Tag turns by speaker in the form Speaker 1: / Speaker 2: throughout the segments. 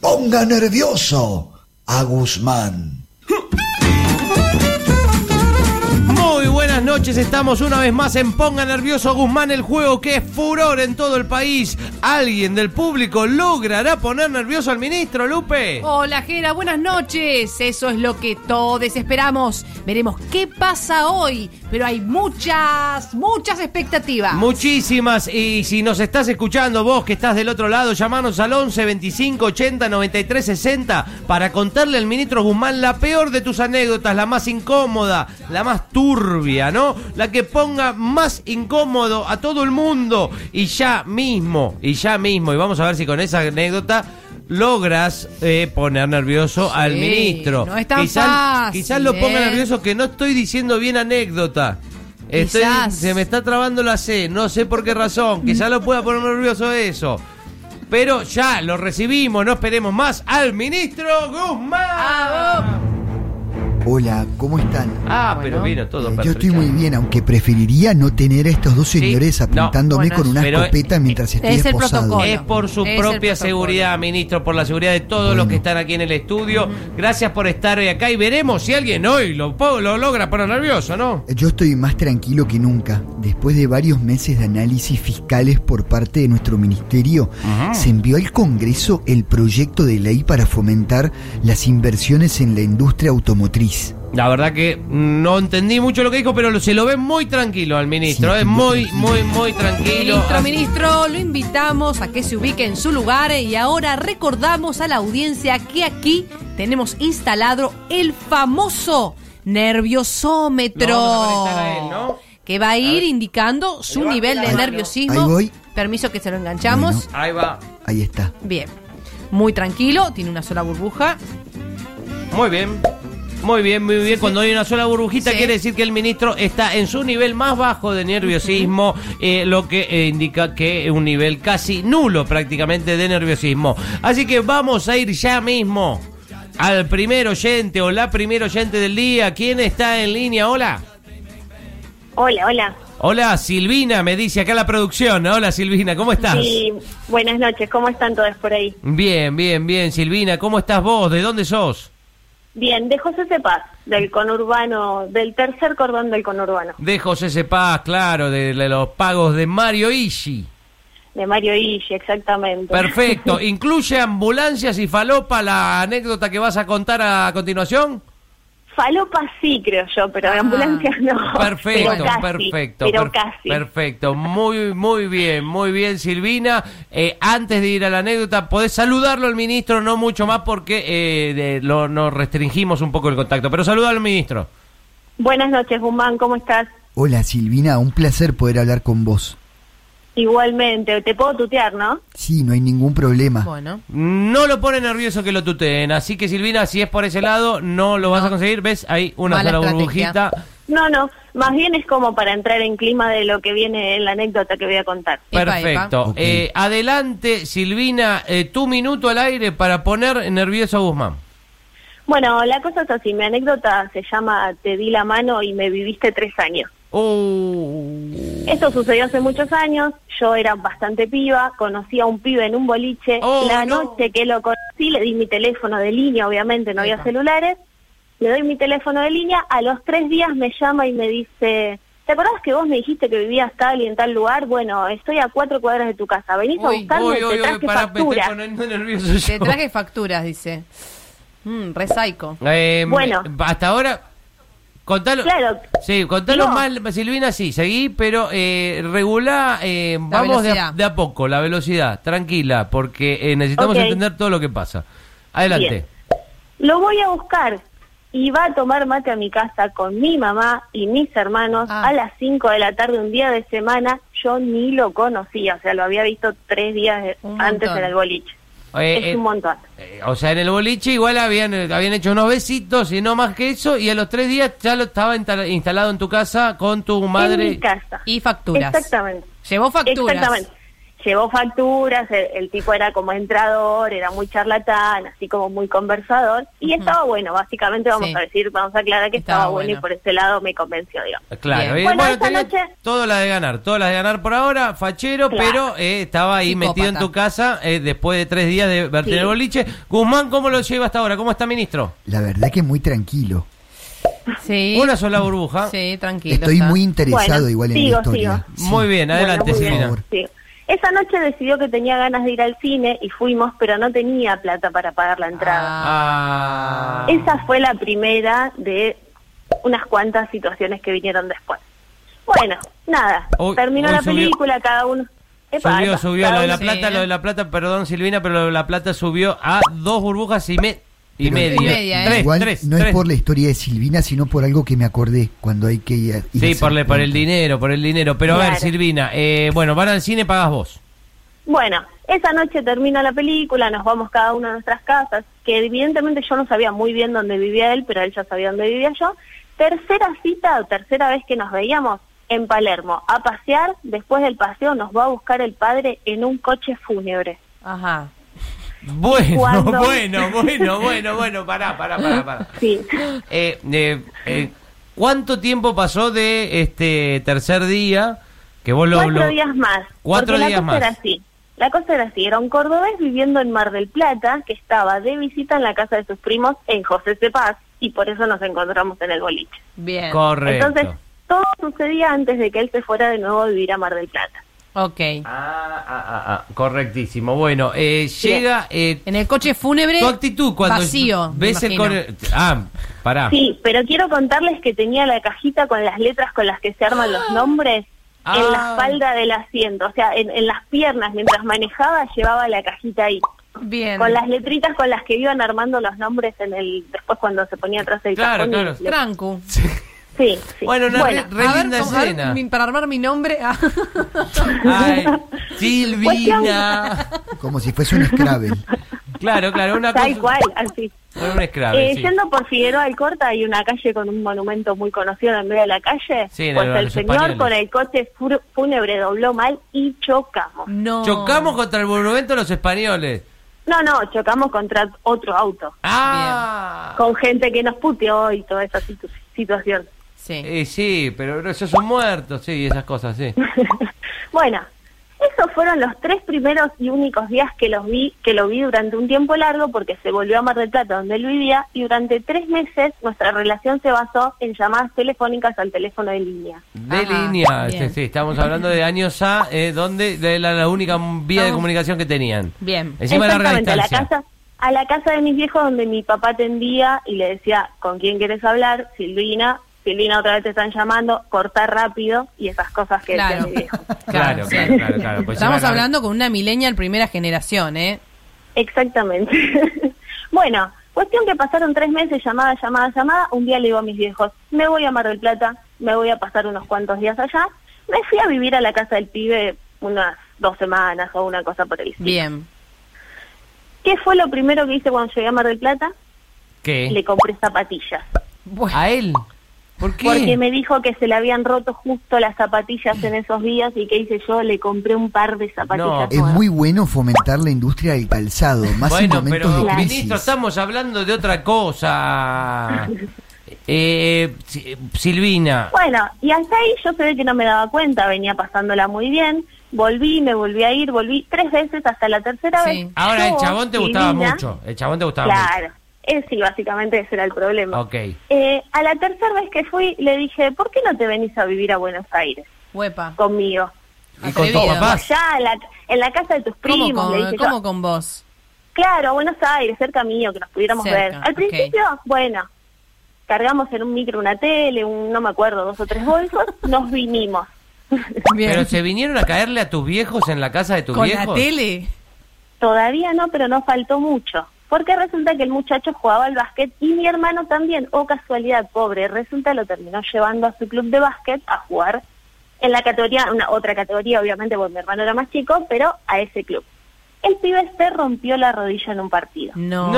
Speaker 1: ponga nervioso a Guzmán.
Speaker 2: Muy buenas noches, estamos una vez más en Ponga Nervioso Guzmán, el juego que es furor en todo el país. ¿Alguien del público logrará poner nervioso al ministro, Lupe?
Speaker 3: Hola, Jera, buenas noches. Eso es lo que todos esperamos. Veremos qué pasa hoy, pero hay muchas, muchas expectativas.
Speaker 2: Muchísimas, y si nos estás escuchando vos que estás del otro lado, llamanos al 11 25 80 93 60 para contarle al ministro Guzmán la peor de tus anécdotas, la más incómoda, la más turbia, ¿no? La que ponga más incómodo a todo el mundo. Y ya mismo, y ya mismo, y vamos a ver si con esa anécdota logras eh, poner nervioso al
Speaker 3: Sí,
Speaker 2: ministro.
Speaker 3: no es tan
Speaker 2: quizás,
Speaker 3: fácil,
Speaker 2: quizás lo ponga
Speaker 3: ¿eh?
Speaker 2: nervioso que no estoy diciendo bien anécdota. Estoy-
Speaker 3: Quizás.
Speaker 2: se me está trabando la C, no sé por qué razón, quizás lo pueda poner nervioso eso. Pero ya lo recibimos, no esperemos más al ministro Guzmán.
Speaker 3: Ah,
Speaker 4: Hola, ¿cómo están?
Speaker 2: Ah, pero
Speaker 3: Bueno.
Speaker 2: vino
Speaker 4: Eh,
Speaker 2: todo
Speaker 4: yo
Speaker 2: perfecto.
Speaker 4: estoy muy bien, aunque preferiría no tener a estos dos
Speaker 2: Sí,
Speaker 4: señores
Speaker 2: no,
Speaker 4: apuntándome
Speaker 3: bueno,
Speaker 4: con una
Speaker 2: pero,
Speaker 4: escopeta
Speaker 2: eh,
Speaker 4: mientras estoy
Speaker 3: es el
Speaker 4: esposado.
Speaker 3: protocolo.
Speaker 2: Es por su
Speaker 3: Es el
Speaker 2: propia
Speaker 3: protocolo.
Speaker 2: seguridad, ministro, por la seguridad de todos los que están aquí en el estudio. Gracias por estar hoy acá y veremos si alguien hoy lo, po- lo logra poner nervioso, ¿no?
Speaker 4: Yo estoy más tranquilo que nunca. Después de varios meses de análisis fiscales por parte de nuestro ministerio, se envió al Congreso el proyecto de ley para fomentar las inversiones en la industria automotriz.
Speaker 2: La verdad que no entendí mucho lo que dijo, pero lo- se lo ve muy tranquilo al ministro.
Speaker 4: Sí,
Speaker 2: es
Speaker 4: muy
Speaker 2: muy,
Speaker 4: tranquilo.
Speaker 2: muy, muy tranquilo.
Speaker 3: Ministro,
Speaker 2: Así-
Speaker 3: ministro, lo invitamos a que se ubique en su lugar y ahora recordamos a la audiencia que aquí tenemos instalado el famoso nerviosómetro.
Speaker 2: Lo vamos a conectar a él, ¿no?
Speaker 3: Que va a
Speaker 2: A ver.
Speaker 3: ir indicando su
Speaker 2: Levante
Speaker 3: nivel
Speaker 2: la
Speaker 3: de
Speaker 2: mano.
Speaker 3: nerviosismo.
Speaker 4: Ahí voy.
Speaker 3: Permiso que se lo enganchamos.
Speaker 4: Bueno.
Speaker 2: Ahí va.
Speaker 4: Ahí está.
Speaker 3: Bien. Muy tranquilo, tiene una sola burbuja.
Speaker 2: Muy bien. Muy bien, muy bien. Cuando hay una sola burbujita,
Speaker 3: Sí.
Speaker 2: quiere decir que el ministro está en su nivel más bajo de nerviosismo, eh, lo que eh, indica que es un nivel casi nulo prácticamente de nerviosismo. Así que vamos a ir ya mismo al primer oyente o la primer oyente del día. ¿Quién está en línea? Hola.
Speaker 5: Hola, hola.
Speaker 2: Hola, Silvina, me dice acá la producción. Hola, Silvina, ¿cómo estás?
Speaker 5: Sí, buenas noches. ¿Cómo están todos por ahí?
Speaker 2: Bien, bien, bien, Silvina, ¿cómo estás vos? ¿De dónde sos?
Speaker 5: Bien, de José Cepaz, del conurbano, del tercer cordón del conurbano,
Speaker 2: De José Cepaz, claro, de, de los pagos de Mario Ishi.
Speaker 5: de Mario Ishi, exactamente.
Speaker 2: Perfecto. ¿Incluye ambulancias y falopa la anécdota que vas a contar a continuación?
Speaker 5: Falopa sí, creo yo, pero de ambulancia no.
Speaker 2: Ah, Perfecto,
Speaker 5: Pero casi,
Speaker 2: perfecto.
Speaker 5: Pero
Speaker 2: per-
Speaker 5: casi.
Speaker 2: Perfecto. Muy, muy bien, muy bien, Silvina. Eh, antes de ir a la anécdota, podés saludarlo al ministro, no mucho más porque eh, de- lo- nos restringimos un poco el contacto. Pero saluda al ministro.
Speaker 5: Buenas noches, Guzmán, ¿cómo estás?
Speaker 4: Hola Silvina, un placer poder hablar con vos.
Speaker 5: Igualmente, te puedo tutear, ¿no?
Speaker 4: Sí, no hay ningún problema.
Speaker 3: Bueno.
Speaker 2: No lo pone nervioso que lo tuteen. Así que, Silvina, si es por ese lado, no lo vas a conseguir. ¿Ves? Hay una
Speaker 3: Mala
Speaker 2: sola
Speaker 3: estrategia.
Speaker 2: burbujita.
Speaker 5: No, no, más bien es como para entrar en clima de lo que viene en la anécdota que voy a contar.
Speaker 3: Epa, epa.
Speaker 2: Perfecto.
Speaker 4: Ok.
Speaker 2: Eh, adelante, Silvina, eh, tu minuto al aire para poner nervioso a Guzmán.
Speaker 5: Bueno, la cosa es así, mi anécdota se llama Te di la mano y me viviste tres años.
Speaker 2: Uh.
Speaker 5: Esto sucedió hace muchos años, yo era bastante piba, conocí a un pibe en un boliche,
Speaker 2: Oh,
Speaker 5: la
Speaker 2: no.
Speaker 5: noche que lo conocí le di mi teléfono de línea, obviamente no había celulares, le doy mi teléfono de línea, a los tres días me llama y me dice, ¿te acordás que vos me dijiste que vivías tal y en tal lugar? Bueno, estoy a cuatro cuadras de tu casa, venís a buscarme,
Speaker 2: Uy,
Speaker 5: te
Speaker 2: uy, uy,
Speaker 5: traje
Speaker 2: pará, me estoy
Speaker 5: factura".
Speaker 2: poniendo nervioso yo.
Speaker 3: Te traje facturas, dice. Mm, re psycho.
Speaker 2: Eh,
Speaker 5: Bueno.
Speaker 2: me- Hasta ahora, contalo.
Speaker 5: Claro.
Speaker 2: Sí, contalo
Speaker 5: No.
Speaker 2: mal, Silvina, sí, seguí, pero eh, regulá, eh, vamos de a,
Speaker 3: velocidad.
Speaker 2: de a poco, la velocidad, tranquila, porque eh, necesitamos
Speaker 5: Ok.
Speaker 2: entender todo lo que pasa. Adelante.
Speaker 5: Bien. Lo voy a buscar. Y va a tomar mate a mi casa con mi mamá y mis hermanos
Speaker 3: Ah.
Speaker 5: a las 5 de la tarde, un día de semana. Yo ni lo conocía, o sea, lo había visto tres días de-
Speaker 3: Un
Speaker 5: antes
Speaker 3: montón.
Speaker 5: en el boliche.
Speaker 2: Eh,
Speaker 5: es
Speaker 2: eh,
Speaker 5: un montón.
Speaker 2: Eh, O sea, en el boliche igual habían, habían hecho unos besitos y no más que eso, y a los tres días ya lo estaba inta- instalado en tu casa con tu
Speaker 5: En
Speaker 2: madre.
Speaker 5: mi casa.
Speaker 3: Y facturas.
Speaker 5: Exactamente.
Speaker 3: Llevó facturas.
Speaker 5: Exactamente. llevó facturas, el, el tipo era como entrador, era muy charlatán, así como muy conversador, y estaba bueno, básicamente vamos
Speaker 3: Sí.
Speaker 5: a decir, vamos a aclarar que estaba,
Speaker 3: Estaba
Speaker 5: bueno.
Speaker 3: bueno.
Speaker 5: y por ese lado me convenció, digamos.
Speaker 2: Eh, Claro,
Speaker 3: Bien.
Speaker 2: y
Speaker 5: Bueno,
Speaker 2: bueno,
Speaker 5: esta
Speaker 2: tenía
Speaker 5: noche-
Speaker 2: todas las de ganar, todas las de ganar por ahora, fachero,
Speaker 5: Claro.
Speaker 2: pero eh, estaba ahí
Speaker 3: Psicópata.
Speaker 2: metido en tu casa eh, después de tres días de verte en el
Speaker 5: Sí.
Speaker 2: boliche. Guzmán, ¿cómo lo lleva hasta ahora? ¿Cómo está, ministro?
Speaker 4: La verdad que muy tranquilo.
Speaker 3: Sí.
Speaker 2: Una sola burbuja.
Speaker 3: Sí, tranquilo.
Speaker 4: Estoy
Speaker 3: está.
Speaker 4: muy interesado
Speaker 5: Bueno,
Speaker 4: igual en
Speaker 5: sigo,
Speaker 4: la historia.
Speaker 5: sigo.
Speaker 4: Sí.
Speaker 2: Muy bien, adelante,
Speaker 5: Bueno, muy bien.
Speaker 2: Silvina.
Speaker 5: Sí. Esa noche decidió que tenía ganas de ir al cine y fuimos, pero no tenía plata para pagar la entrada.
Speaker 2: Ah.
Speaker 5: Esa fue la primera de unas cuantas situaciones que vinieron después. Bueno, nada,
Speaker 2: Hoy-
Speaker 5: terminó
Speaker 2: hoy
Speaker 5: la
Speaker 2: subió-
Speaker 5: película, cada uno... Epa,
Speaker 2: Subió,
Speaker 5: epa,
Speaker 2: subió
Speaker 5: cada
Speaker 2: lo de la
Speaker 5: uno-
Speaker 3: Sí,
Speaker 2: plata,
Speaker 3: ¿eh?
Speaker 2: lo de la plata, perdón Silvina, pero lo de la plata subió a dos burbujas y, me, y
Speaker 4: Pero-
Speaker 2: media.
Speaker 3: Y media, ¿eh?
Speaker 2: Tres,
Speaker 4: Igual
Speaker 2: tres,
Speaker 4: no
Speaker 2: tres.
Speaker 4: es por la historia de Silvina, sino por algo que me acordé cuando hay que ir. a- ir a
Speaker 2: Sí,
Speaker 4: hacer
Speaker 2: por, le- por el
Speaker 4: plata.
Speaker 2: dinero, por el dinero. Pero a ver,
Speaker 5: Claro.
Speaker 2: Silvina, eh, bueno, van al cine, pagas vos.
Speaker 5: Bueno, esa noche termina la película, nos vamos cada uno a nuestras casas, que evidentemente yo no sabía muy bien dónde vivía él, pero él ya sabía dónde vivía yo. Tercera cita o tercera vez que nos veíamos en Palermo, a pasear, después del paseo nos va a buscar el padre en un coche fúnebre.
Speaker 3: Ajá.
Speaker 2: Bueno,
Speaker 5: cuando-
Speaker 2: bueno, bueno, bueno, bueno, pará, pará, pará, pará.
Speaker 5: Sí.
Speaker 2: Eh, eh, eh, ¿Cuánto tiempo pasó de este tercer día que vos lo...
Speaker 5: cuatro
Speaker 2: lo-
Speaker 5: días más.
Speaker 2: Cuatro
Speaker 5: porque la
Speaker 2: días
Speaker 5: cosa Era
Speaker 2: más.
Speaker 5: así. La cosa era así, era un cordobés viviendo en Mar del Plata que estaba de visita en la casa de sus primos en José C. Paz y por eso nos encontramos en el boliche.
Speaker 3: Bien.
Speaker 2: Correcto.
Speaker 5: Entonces, todo sucedía antes de que él se fuera de nuevo a vivir a Mar del Plata.
Speaker 3: ok.
Speaker 2: Ah, ah, ah, ah, correctísimo. Bueno, eh, llega... eh,
Speaker 3: En el coche fúnebre.
Speaker 2: tu actitud cuando
Speaker 3: Vacío. me
Speaker 2: ves el
Speaker 3: imagino.
Speaker 2: core- Ah, pará.
Speaker 5: Sí, pero quiero contarles que tenía la cajita con las letras con las que se arman los nombres en
Speaker 2: Ah.
Speaker 5: la espalda del asiento, o sea, en, en las piernas, mientras manejaba llevaba la cajita ahí.
Speaker 3: Bien.
Speaker 5: Con las letritas con las que iban armando los nombres en el después cuando se ponía atrás el
Speaker 2: Claro,
Speaker 5: cajón y
Speaker 2: claro.
Speaker 5: le-
Speaker 3: Tranco.
Speaker 5: Sí, sí.
Speaker 2: Bueno, una re- re
Speaker 3: A ver,
Speaker 2: linda
Speaker 3: ¿cómo- a ver,
Speaker 2: escena.
Speaker 3: mi- para armar mi nombre. ah.
Speaker 2: Ay, Silvina.
Speaker 4: Como si fuese un Scrabble.
Speaker 2: Claro, claro, una
Speaker 5: Tal
Speaker 2: cosa...
Speaker 5: cual, así.
Speaker 2: Bueno, un escrave,
Speaker 5: Eh,
Speaker 2: sí.
Speaker 5: Yendo por Figueroa Alcorta hay una calle con un monumento muy conocido en medio de la calle.
Speaker 2: Sí, en
Speaker 5: pues
Speaker 2: el-
Speaker 5: el,
Speaker 2: los
Speaker 5: señor
Speaker 2: españoles.
Speaker 5: con el coche fur- fúnebre dobló mal y chocamos.
Speaker 3: No.
Speaker 2: Chocamos contra el monumento de los españoles.
Speaker 5: No, no, chocamos contra otro auto.
Speaker 2: Ah,
Speaker 5: Con gente que nos puteó y toda esa situ- situación.
Speaker 3: Sí.
Speaker 2: Eh, sí, pero esos son muertos, sí, esas cosas, sí.
Speaker 5: bueno, esos fueron los tres primeros y únicos días que los vi, que lo vi durante un tiempo largo porque se volvió a Mar del Plata donde él vivía y durante tres meses nuestra relación se basó en llamadas telefónicas al teléfono de línea.
Speaker 2: De
Speaker 3: Ajá,
Speaker 2: línea, sí,
Speaker 3: bien.
Speaker 2: sí, estamos hablando de años A, eh, donde era la única vía de
Speaker 3: Ah.
Speaker 2: comunicación que tenían.
Speaker 3: Bien.
Speaker 2: Encima de larga
Speaker 5: Exactamente, a la
Speaker 2: distancia.
Speaker 5: casa, a la casa de mis viejos donde mi papá atendía y le decía, ¿con quién quieres hablar? Silvina, Silvina otra vez te están llamando, cortar rápido y esas cosas que
Speaker 3: Claro.
Speaker 5: decían mis viejos.
Speaker 2: Claro,
Speaker 3: Claro,
Speaker 2: claro, claro, claro, pues
Speaker 3: Estamos
Speaker 2: encima larga-
Speaker 3: hablando con una millennial primera generación, ¿eh?
Speaker 5: Exactamente. bueno, cuestión que pasaron tres meses, llamada, llamada, llamada. Un día le digo a mis viejos, me voy a Mar del Plata, me voy a pasar unos cuantos días allá. Me fui a vivir a la casa del pibe unas dos semanas o una cosa por el estilo.
Speaker 3: Bien.
Speaker 5: ¿Qué fue lo primero que hice cuando llegué a Mar del Plata? Le
Speaker 2: ¿Qué?
Speaker 5: compré zapatillas.
Speaker 3: Bueno.
Speaker 2: ¿A él? ¿Por qué?
Speaker 5: Porque me dijo que se le habían roto justo las zapatillas en esos días y que hice yo, le compré un par de
Speaker 2: No.
Speaker 5: zapatillas.
Speaker 4: Es
Speaker 5: nuevas.
Speaker 4: muy bueno fomentar la industria del calzado, más en
Speaker 2: bueno,
Speaker 4: momentos
Speaker 2: pero
Speaker 4: de crisis.
Speaker 2: ministro, estamos hablando de otra cosa. Eh, Si- Silvina,
Speaker 5: Bueno, y hasta ahí yo se ve que no me daba cuenta, venía pasándola muy bien, volví, me volví a ir, volví tres veces hasta la tercera
Speaker 3: Sí.
Speaker 5: vez.
Speaker 2: ahora el
Speaker 5: Yo,
Speaker 2: chabón te gustaba
Speaker 5: divina,
Speaker 2: mucho. El chabón te gustaba
Speaker 5: Claro, eh, sí, básicamente ese era el problema.
Speaker 2: mucho. Ok.
Speaker 5: Eh, a la tercera vez que fui le dije, ¿por qué no te venís a vivir a Buenos Aires
Speaker 3: Huepa.
Speaker 5: conmigo?
Speaker 2: Y con tus
Speaker 3: Atrevido.
Speaker 2: papás.
Speaker 5: Allá, en la, en la casa de tus
Speaker 3: ¿Cómo
Speaker 5: primos, le
Speaker 3: con,
Speaker 5: dije yo.
Speaker 3: cómo con vos?
Speaker 5: Claro, a Buenos Aires, cerca mío, que nos pudiéramos
Speaker 3: Cerca,
Speaker 5: ver. Al
Speaker 3: ok.
Speaker 5: principio, bueno, cargamos en un micro una tele, un, no me acuerdo, dos o tres bolsos, nos vinimos.
Speaker 3: Bien.
Speaker 2: Pero se vinieron a caerle a tus viejos en la casa de tus
Speaker 3: ¿Con
Speaker 2: viejos.
Speaker 3: la tele?
Speaker 5: Todavía no, pero no faltó mucho. Porque resulta que el muchacho jugaba al básquet y mi hermano también, oh casualidad, pobre, resulta lo terminó llevando a su club de básquet a jugar en la categoría, una otra categoría obviamente, porque mi hermano era más chico, pero a ese club. El pibe se rompió la rodilla en un partido.
Speaker 3: No.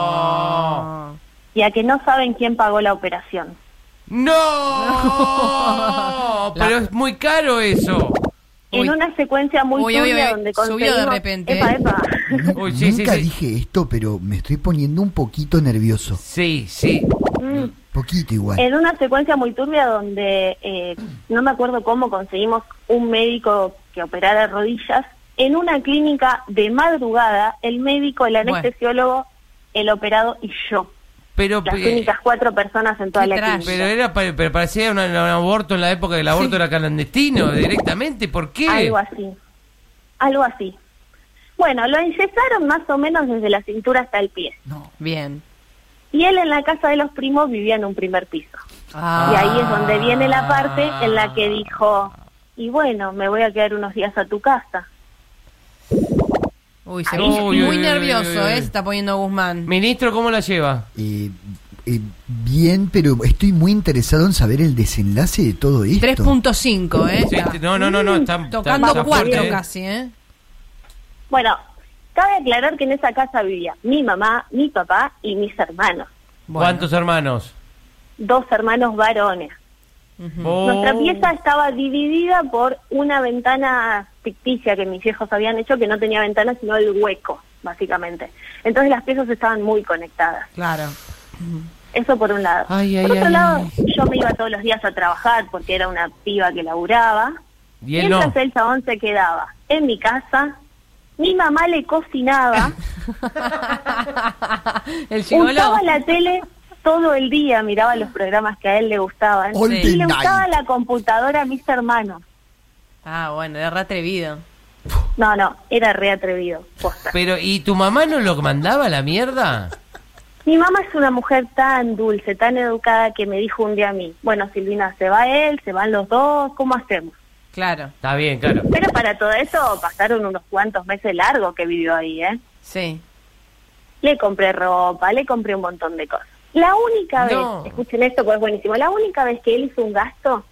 Speaker 2: No.
Speaker 5: Y a que no saben quién pagó la operación.
Speaker 2: ¡No!
Speaker 3: La-
Speaker 2: Pero es muy caro eso.
Speaker 5: en
Speaker 3: Uy.
Speaker 5: una secuencia muy
Speaker 3: Uy,
Speaker 5: turbia
Speaker 3: uy, uy,
Speaker 5: donde
Speaker 3: subió de
Speaker 5: conseguimos...
Speaker 3: repente,
Speaker 5: Epa,
Speaker 3: ¿eh?
Speaker 5: epa.
Speaker 4: Nu-
Speaker 2: Uy, sí, sí,
Speaker 4: nunca
Speaker 2: sí.
Speaker 4: dije esto, pero me estoy poniendo un poquito nervioso.
Speaker 2: Sí, sí.
Speaker 5: Mm.
Speaker 4: Poquito igual.
Speaker 5: En una secuencia muy turbia donde eh, no me acuerdo cómo conseguimos un médico que operara rodillas. En una clínica de madrugada, el médico, el
Speaker 3: Bueno.
Speaker 5: anestesiólogo, el operado y yo.
Speaker 2: Pero,
Speaker 5: Las
Speaker 2: eh,
Speaker 5: únicas cuatro personas en toda
Speaker 3: Qué
Speaker 5: la
Speaker 3: trash.
Speaker 5: clínica.
Speaker 2: pero era pa- pero parecía un, un aborto en la época del aborto era clandestino directamente. ¿Por qué?
Speaker 5: Algo así. Algo así. Bueno, lo enyesaron más o menos desde la cintura hasta el pie.
Speaker 4: No.
Speaker 3: Bien.
Speaker 5: Y él en la casa de los primos vivía en un primer piso.
Speaker 3: Ah.
Speaker 5: Y ahí es donde viene la parte en la que dijo, y bueno, me voy a quedar unos días a tu casa.
Speaker 3: Uy, se
Speaker 2: Ahí-
Speaker 3: puso
Speaker 2: Uy, uy,
Speaker 3: muy
Speaker 2: uy,
Speaker 3: nervioso,
Speaker 2: uy, uy, uy.
Speaker 3: eh, se está poniendo Guzmán.
Speaker 2: Ministro, ¿cómo la lleva?
Speaker 4: Eh, eh, bien, pero estoy muy interesado en saber el desenlace de todo esto.
Speaker 3: 3.5, ¿eh?
Speaker 2: Sí,
Speaker 3: Está
Speaker 2: te- no, no, no, no. Está, está-
Speaker 3: Tocando
Speaker 2: está fuerte,
Speaker 3: 4
Speaker 2: ¿eh?
Speaker 3: casi, ¿eh?
Speaker 5: Bueno, cabe aclarar que en esa casa vivía mi mamá, mi papá y mis hermanos,
Speaker 3: Bueno.
Speaker 2: ¿Cuántos hermanos?
Speaker 5: dos hermanos varones.
Speaker 2: Oh.
Speaker 5: Nuestra pieza estaba dividida por una ventana ficticia que mis viejos habían hecho, que no tenía ventana sino el hueco, básicamente. Entonces las piezas estaban muy conectadas.
Speaker 3: Claro.
Speaker 5: Eso por un lado.
Speaker 2: Ay, ay,
Speaker 5: por otro
Speaker 2: ay,
Speaker 5: lado,
Speaker 2: ay.
Speaker 5: yo me iba todos los días a trabajar porque era una piba que laburaba.
Speaker 2: Y él
Speaker 5: Mientras
Speaker 2: no.
Speaker 5: el chabón se quedaba en mi casa, mi mamá le cocinaba,
Speaker 3: El chigoló.
Speaker 5: usaba la tele todo el día, miraba los programas que a él le gustaban.
Speaker 4: All
Speaker 5: Y
Speaker 4: the
Speaker 5: le usaba
Speaker 4: night.
Speaker 5: la computadora a mis hermanos.
Speaker 3: Ah, bueno, era re atrevido.
Speaker 5: No, no, era re atrevido, posta.
Speaker 2: Pero, ¿y tu mamá no lo mandaba a la mierda?
Speaker 5: Mi mamá es una mujer tan dulce, tan educada, que me dijo un día a mí, bueno, Silvina, se va él, se van los dos, ¿cómo hacemos?
Speaker 3: Claro,
Speaker 2: Está bien, claro.
Speaker 5: Pero para todo eso pasaron unos cuantos meses largos que vivió ahí, ¿eh?
Speaker 3: sí.
Speaker 5: Le compré ropa, le compré un montón de cosas. La única
Speaker 2: No.
Speaker 5: vez, escuchen esto porque es buenísimo, la única vez que él hizo un gasto,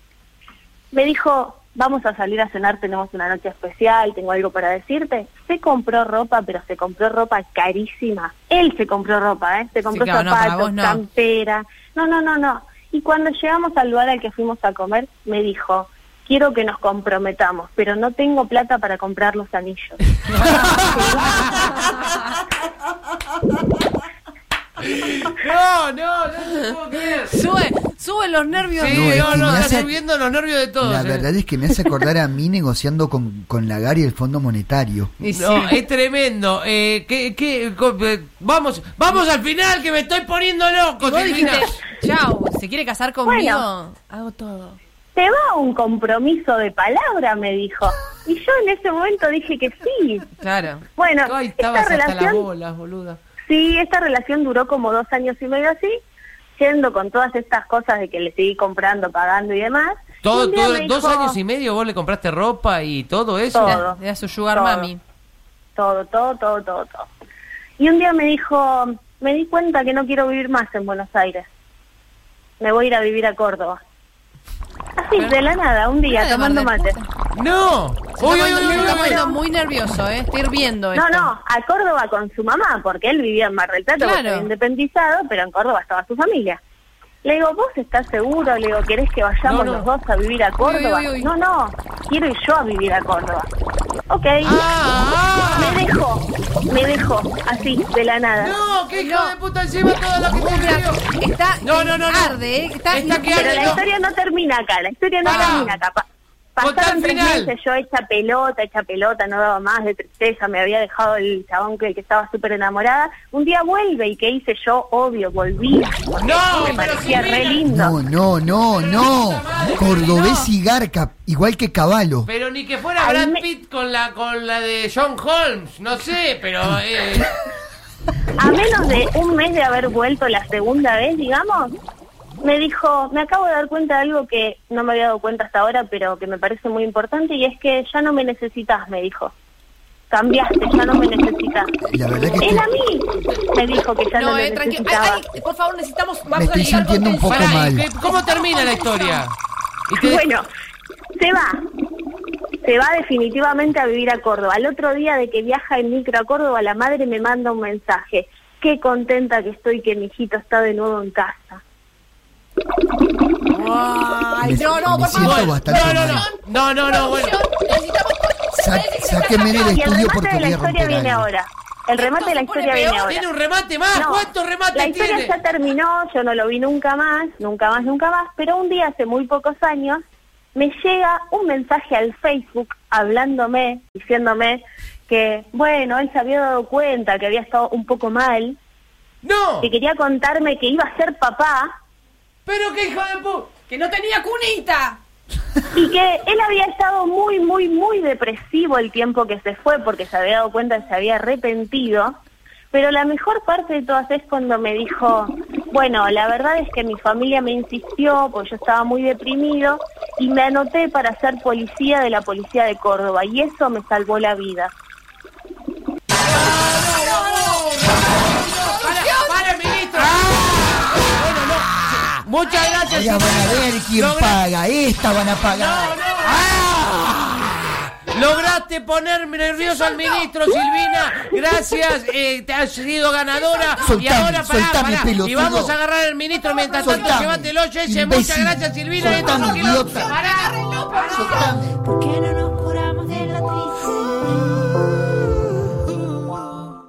Speaker 5: me dijo, vamos a salir a cenar, tenemos una noche especial, tengo algo para decirte. Se compró ropa, pero se compró ropa carísima. Él se compró ropa, ¿eh? Se compró
Speaker 3: claro, no, para
Speaker 5: zapatos,
Speaker 3: vos no.
Speaker 5: campera. No, no, no, no. Y cuando llegamos al lugar al que fuimos a comer, me dijo, quiero que nos comprometamos, pero no tengo plata para comprar los anillos.
Speaker 2: No, no, no se puedo creer.
Speaker 3: Sube, sube los nervios.
Speaker 2: Sí,
Speaker 4: No, es
Speaker 2: no,
Speaker 4: que
Speaker 2: no,
Speaker 4: me
Speaker 2: están
Speaker 4: hace-
Speaker 2: viendo los nervios de todos.
Speaker 4: La
Speaker 2: ¿eh?
Speaker 4: verdad es que me hace acordar a mí negociando con, con Lagar y el Fondo Monetario.
Speaker 3: Y sí.
Speaker 2: No, es tremendo. Eh, ¿qué- qué- co- eh, vamos, vamos al final que me estoy poniendo loco,
Speaker 3: Vos
Speaker 2: Silvina.
Speaker 3: dijiste, chau, ¿se quiere casar conmigo?
Speaker 5: Bueno.
Speaker 3: Hago todo.
Speaker 5: Te va un compromiso de palabra, me dijo. Y yo en ese momento dije que sí.
Speaker 3: Claro.
Speaker 5: Bueno,
Speaker 2: Ay,
Speaker 5: esta
Speaker 2: estabas hasta las
Speaker 5: relación,
Speaker 2: bolas, boluda.
Speaker 5: sí, esta relación duró como dos años y medio así, yendo con todas estas cosas de que le seguí comprando, pagando y demás. Y
Speaker 2: Todo,
Speaker 5: un día
Speaker 2: todo,
Speaker 5: me
Speaker 2: dos
Speaker 5: dijo-
Speaker 2: años y medio vos le compraste ropa y todo eso.
Speaker 5: Todo.
Speaker 3: Era, era su sugar
Speaker 5: Todo.
Speaker 3: mami.
Speaker 5: Todo, todo, todo, todo, todo. Y un día me dijo, me di cuenta que no quiero vivir más en Buenos Aires. Me voy a ir a vivir a Córdoba. Así, de la nada, un día,
Speaker 3: Hija de
Speaker 5: tomando
Speaker 3: madre
Speaker 5: mate.
Speaker 3: puta.
Speaker 2: No.
Speaker 3: Se
Speaker 2: Uy, uy,
Speaker 3: está
Speaker 2: uy,
Speaker 3: poniendo-
Speaker 2: uy,
Speaker 3: se está
Speaker 2: uy.
Speaker 3: poniendo muy nervioso, ¿eh? Está hirviendo
Speaker 5: No,
Speaker 3: esto.
Speaker 5: no, a Córdoba con su mamá, porque él vivía en Mar del Plata, porque
Speaker 3: Claro.
Speaker 5: había independizado, pero en Córdoba estaba su familia. Le digo, ¿vos estás seguro? Le digo, ¿querés que vayamos
Speaker 2: No, no.
Speaker 5: los dos a vivir a Córdoba?
Speaker 3: uy, uy.
Speaker 5: No, no, quiero ir yo a vivir a Córdoba. Ok.
Speaker 2: Ah, ah.
Speaker 5: Me dejó, me dejó, así, de la nada.
Speaker 2: No, qué hijo de puta lleva todo lo que te dio.
Speaker 3: Está
Speaker 2: No, no, no, no.
Speaker 3: arde, ¿eh? Está,
Speaker 2: Está que
Speaker 5: Pero
Speaker 2: arde,
Speaker 5: la
Speaker 2: no.
Speaker 5: historia no termina acá, la historia no
Speaker 2: Pará.
Speaker 5: termina acá. Pa-
Speaker 2: Contá el
Speaker 5: Pasaron tres
Speaker 2: final.
Speaker 5: meses, yo hecha pelota, hecha pelota, no daba más de tristeza, me había dejado el chabón que, que estaba súper enamorada. Un día vuelve y ¿qué hice yo? Obvio, volví.
Speaker 2: No,
Speaker 5: me
Speaker 2: pero
Speaker 5: parecía
Speaker 2: Silvina.
Speaker 5: re lindo.
Speaker 4: No, no, no, no. Cordobés y Garca, igual que Caballo.
Speaker 2: Pero ni que fuera
Speaker 5: Ay,
Speaker 2: Brad
Speaker 5: me-
Speaker 2: Pitt con la con la de John Holmes, no sé, pero eh,
Speaker 5: A menos de un mes de haber vuelto la segunda vez, digamos, me dijo, me acabo de dar cuenta de algo que no me había dado cuenta hasta ahora, pero que me parece muy importante y es que ya no me necesitas, me dijo. Cambiaste, ya no me necesitas.
Speaker 4: La verdad que
Speaker 5: Él a
Speaker 4: estoy,
Speaker 5: mí me dijo que ya no,
Speaker 3: No,
Speaker 5: me
Speaker 3: eh, tranquilo. Ay,
Speaker 5: necesitaba.
Speaker 3: ay, por favor, necesitamos. Vamos
Speaker 4: estoy
Speaker 3: a llegar con
Speaker 4: sintiendo un
Speaker 3: tensión.
Speaker 4: poco
Speaker 2: pará,
Speaker 4: mal.
Speaker 2: ¿y qué- ¿cómo termina la historia? Y te-
Speaker 5: Bueno, se va. Se va definitivamente a vivir a Córdoba. Al otro día de que viaja en micro a Córdoba, la madre me manda un mensaje. Qué contenta que estoy que mi hijito está de nuevo en casa.
Speaker 3: Ay,
Speaker 4: Me-
Speaker 3: no, no,
Speaker 4: me
Speaker 3: por
Speaker 4: siento
Speaker 3: favor.
Speaker 4: bastante
Speaker 2: no, no, no,
Speaker 4: mal.
Speaker 2: no, no, no, bueno.
Speaker 3: Necesitamos
Speaker 4: Sa- sáqueme del
Speaker 5: Ah, Y el
Speaker 4: estudio
Speaker 5: remate
Speaker 4: porque
Speaker 5: de la
Speaker 4: voy a
Speaker 5: historia
Speaker 4: romper
Speaker 5: viene
Speaker 4: algo.
Speaker 5: ahora. El remate de la
Speaker 3: Esto se pone
Speaker 5: historia viene
Speaker 3: peor.
Speaker 5: ahora.
Speaker 2: Tiene un remate más.
Speaker 5: No,
Speaker 2: ¿Cuántos
Speaker 5: La
Speaker 2: remates
Speaker 5: historia
Speaker 2: tiene?
Speaker 5: ya terminó, yo no lo vi nunca más, nunca más, nunca más, pero un día hace muy pocos años me llega un mensaje al Facebook hablándome, diciéndome que, bueno, él se había dado cuenta que había estado un poco mal,
Speaker 2: No.
Speaker 5: que quería contarme que iba a ser papá
Speaker 2: Pero qué hijo de puta.
Speaker 3: ¡Que no tenía cunita!
Speaker 5: y que él había estado muy, muy, muy depresivo el tiempo que se fue porque se había dado cuenta que se había arrepentido. Pero la mejor parte de todas es cuando me dijo, bueno, la verdad es que mi familia me insistió porque yo estaba muy deprimido y me anoté para ser policía de la policía de Córdoba y eso me salvó la vida.
Speaker 2: Para, para, ministro. Bueno, no. Muchas gracias.
Speaker 4: Ahora van ¡Ah! a ver quién
Speaker 2: Logra-
Speaker 4: paga. Esta van a pagar.
Speaker 2: ¡Ah! Lograste ponerme nervioso al ministro, Silvina. Gracias, eh, te has sido ganadora. y
Speaker 4: Soltame,
Speaker 2: ahora pará,
Speaker 4: soltame,
Speaker 2: pará. Y
Speaker 4: pelotudo.
Speaker 2: vamos a agarrar al ministro mientras tanto.
Speaker 4: Soltame,
Speaker 2: Llévatelo, Yeye. Muchas
Speaker 4: imbécil.
Speaker 2: gracias, Silvina.
Speaker 4: Soltame,
Speaker 2: Esto no quiero-
Speaker 4: idiota.
Speaker 2: Pará.
Speaker 4: Soltame.
Speaker 3: ¿Por qué no nos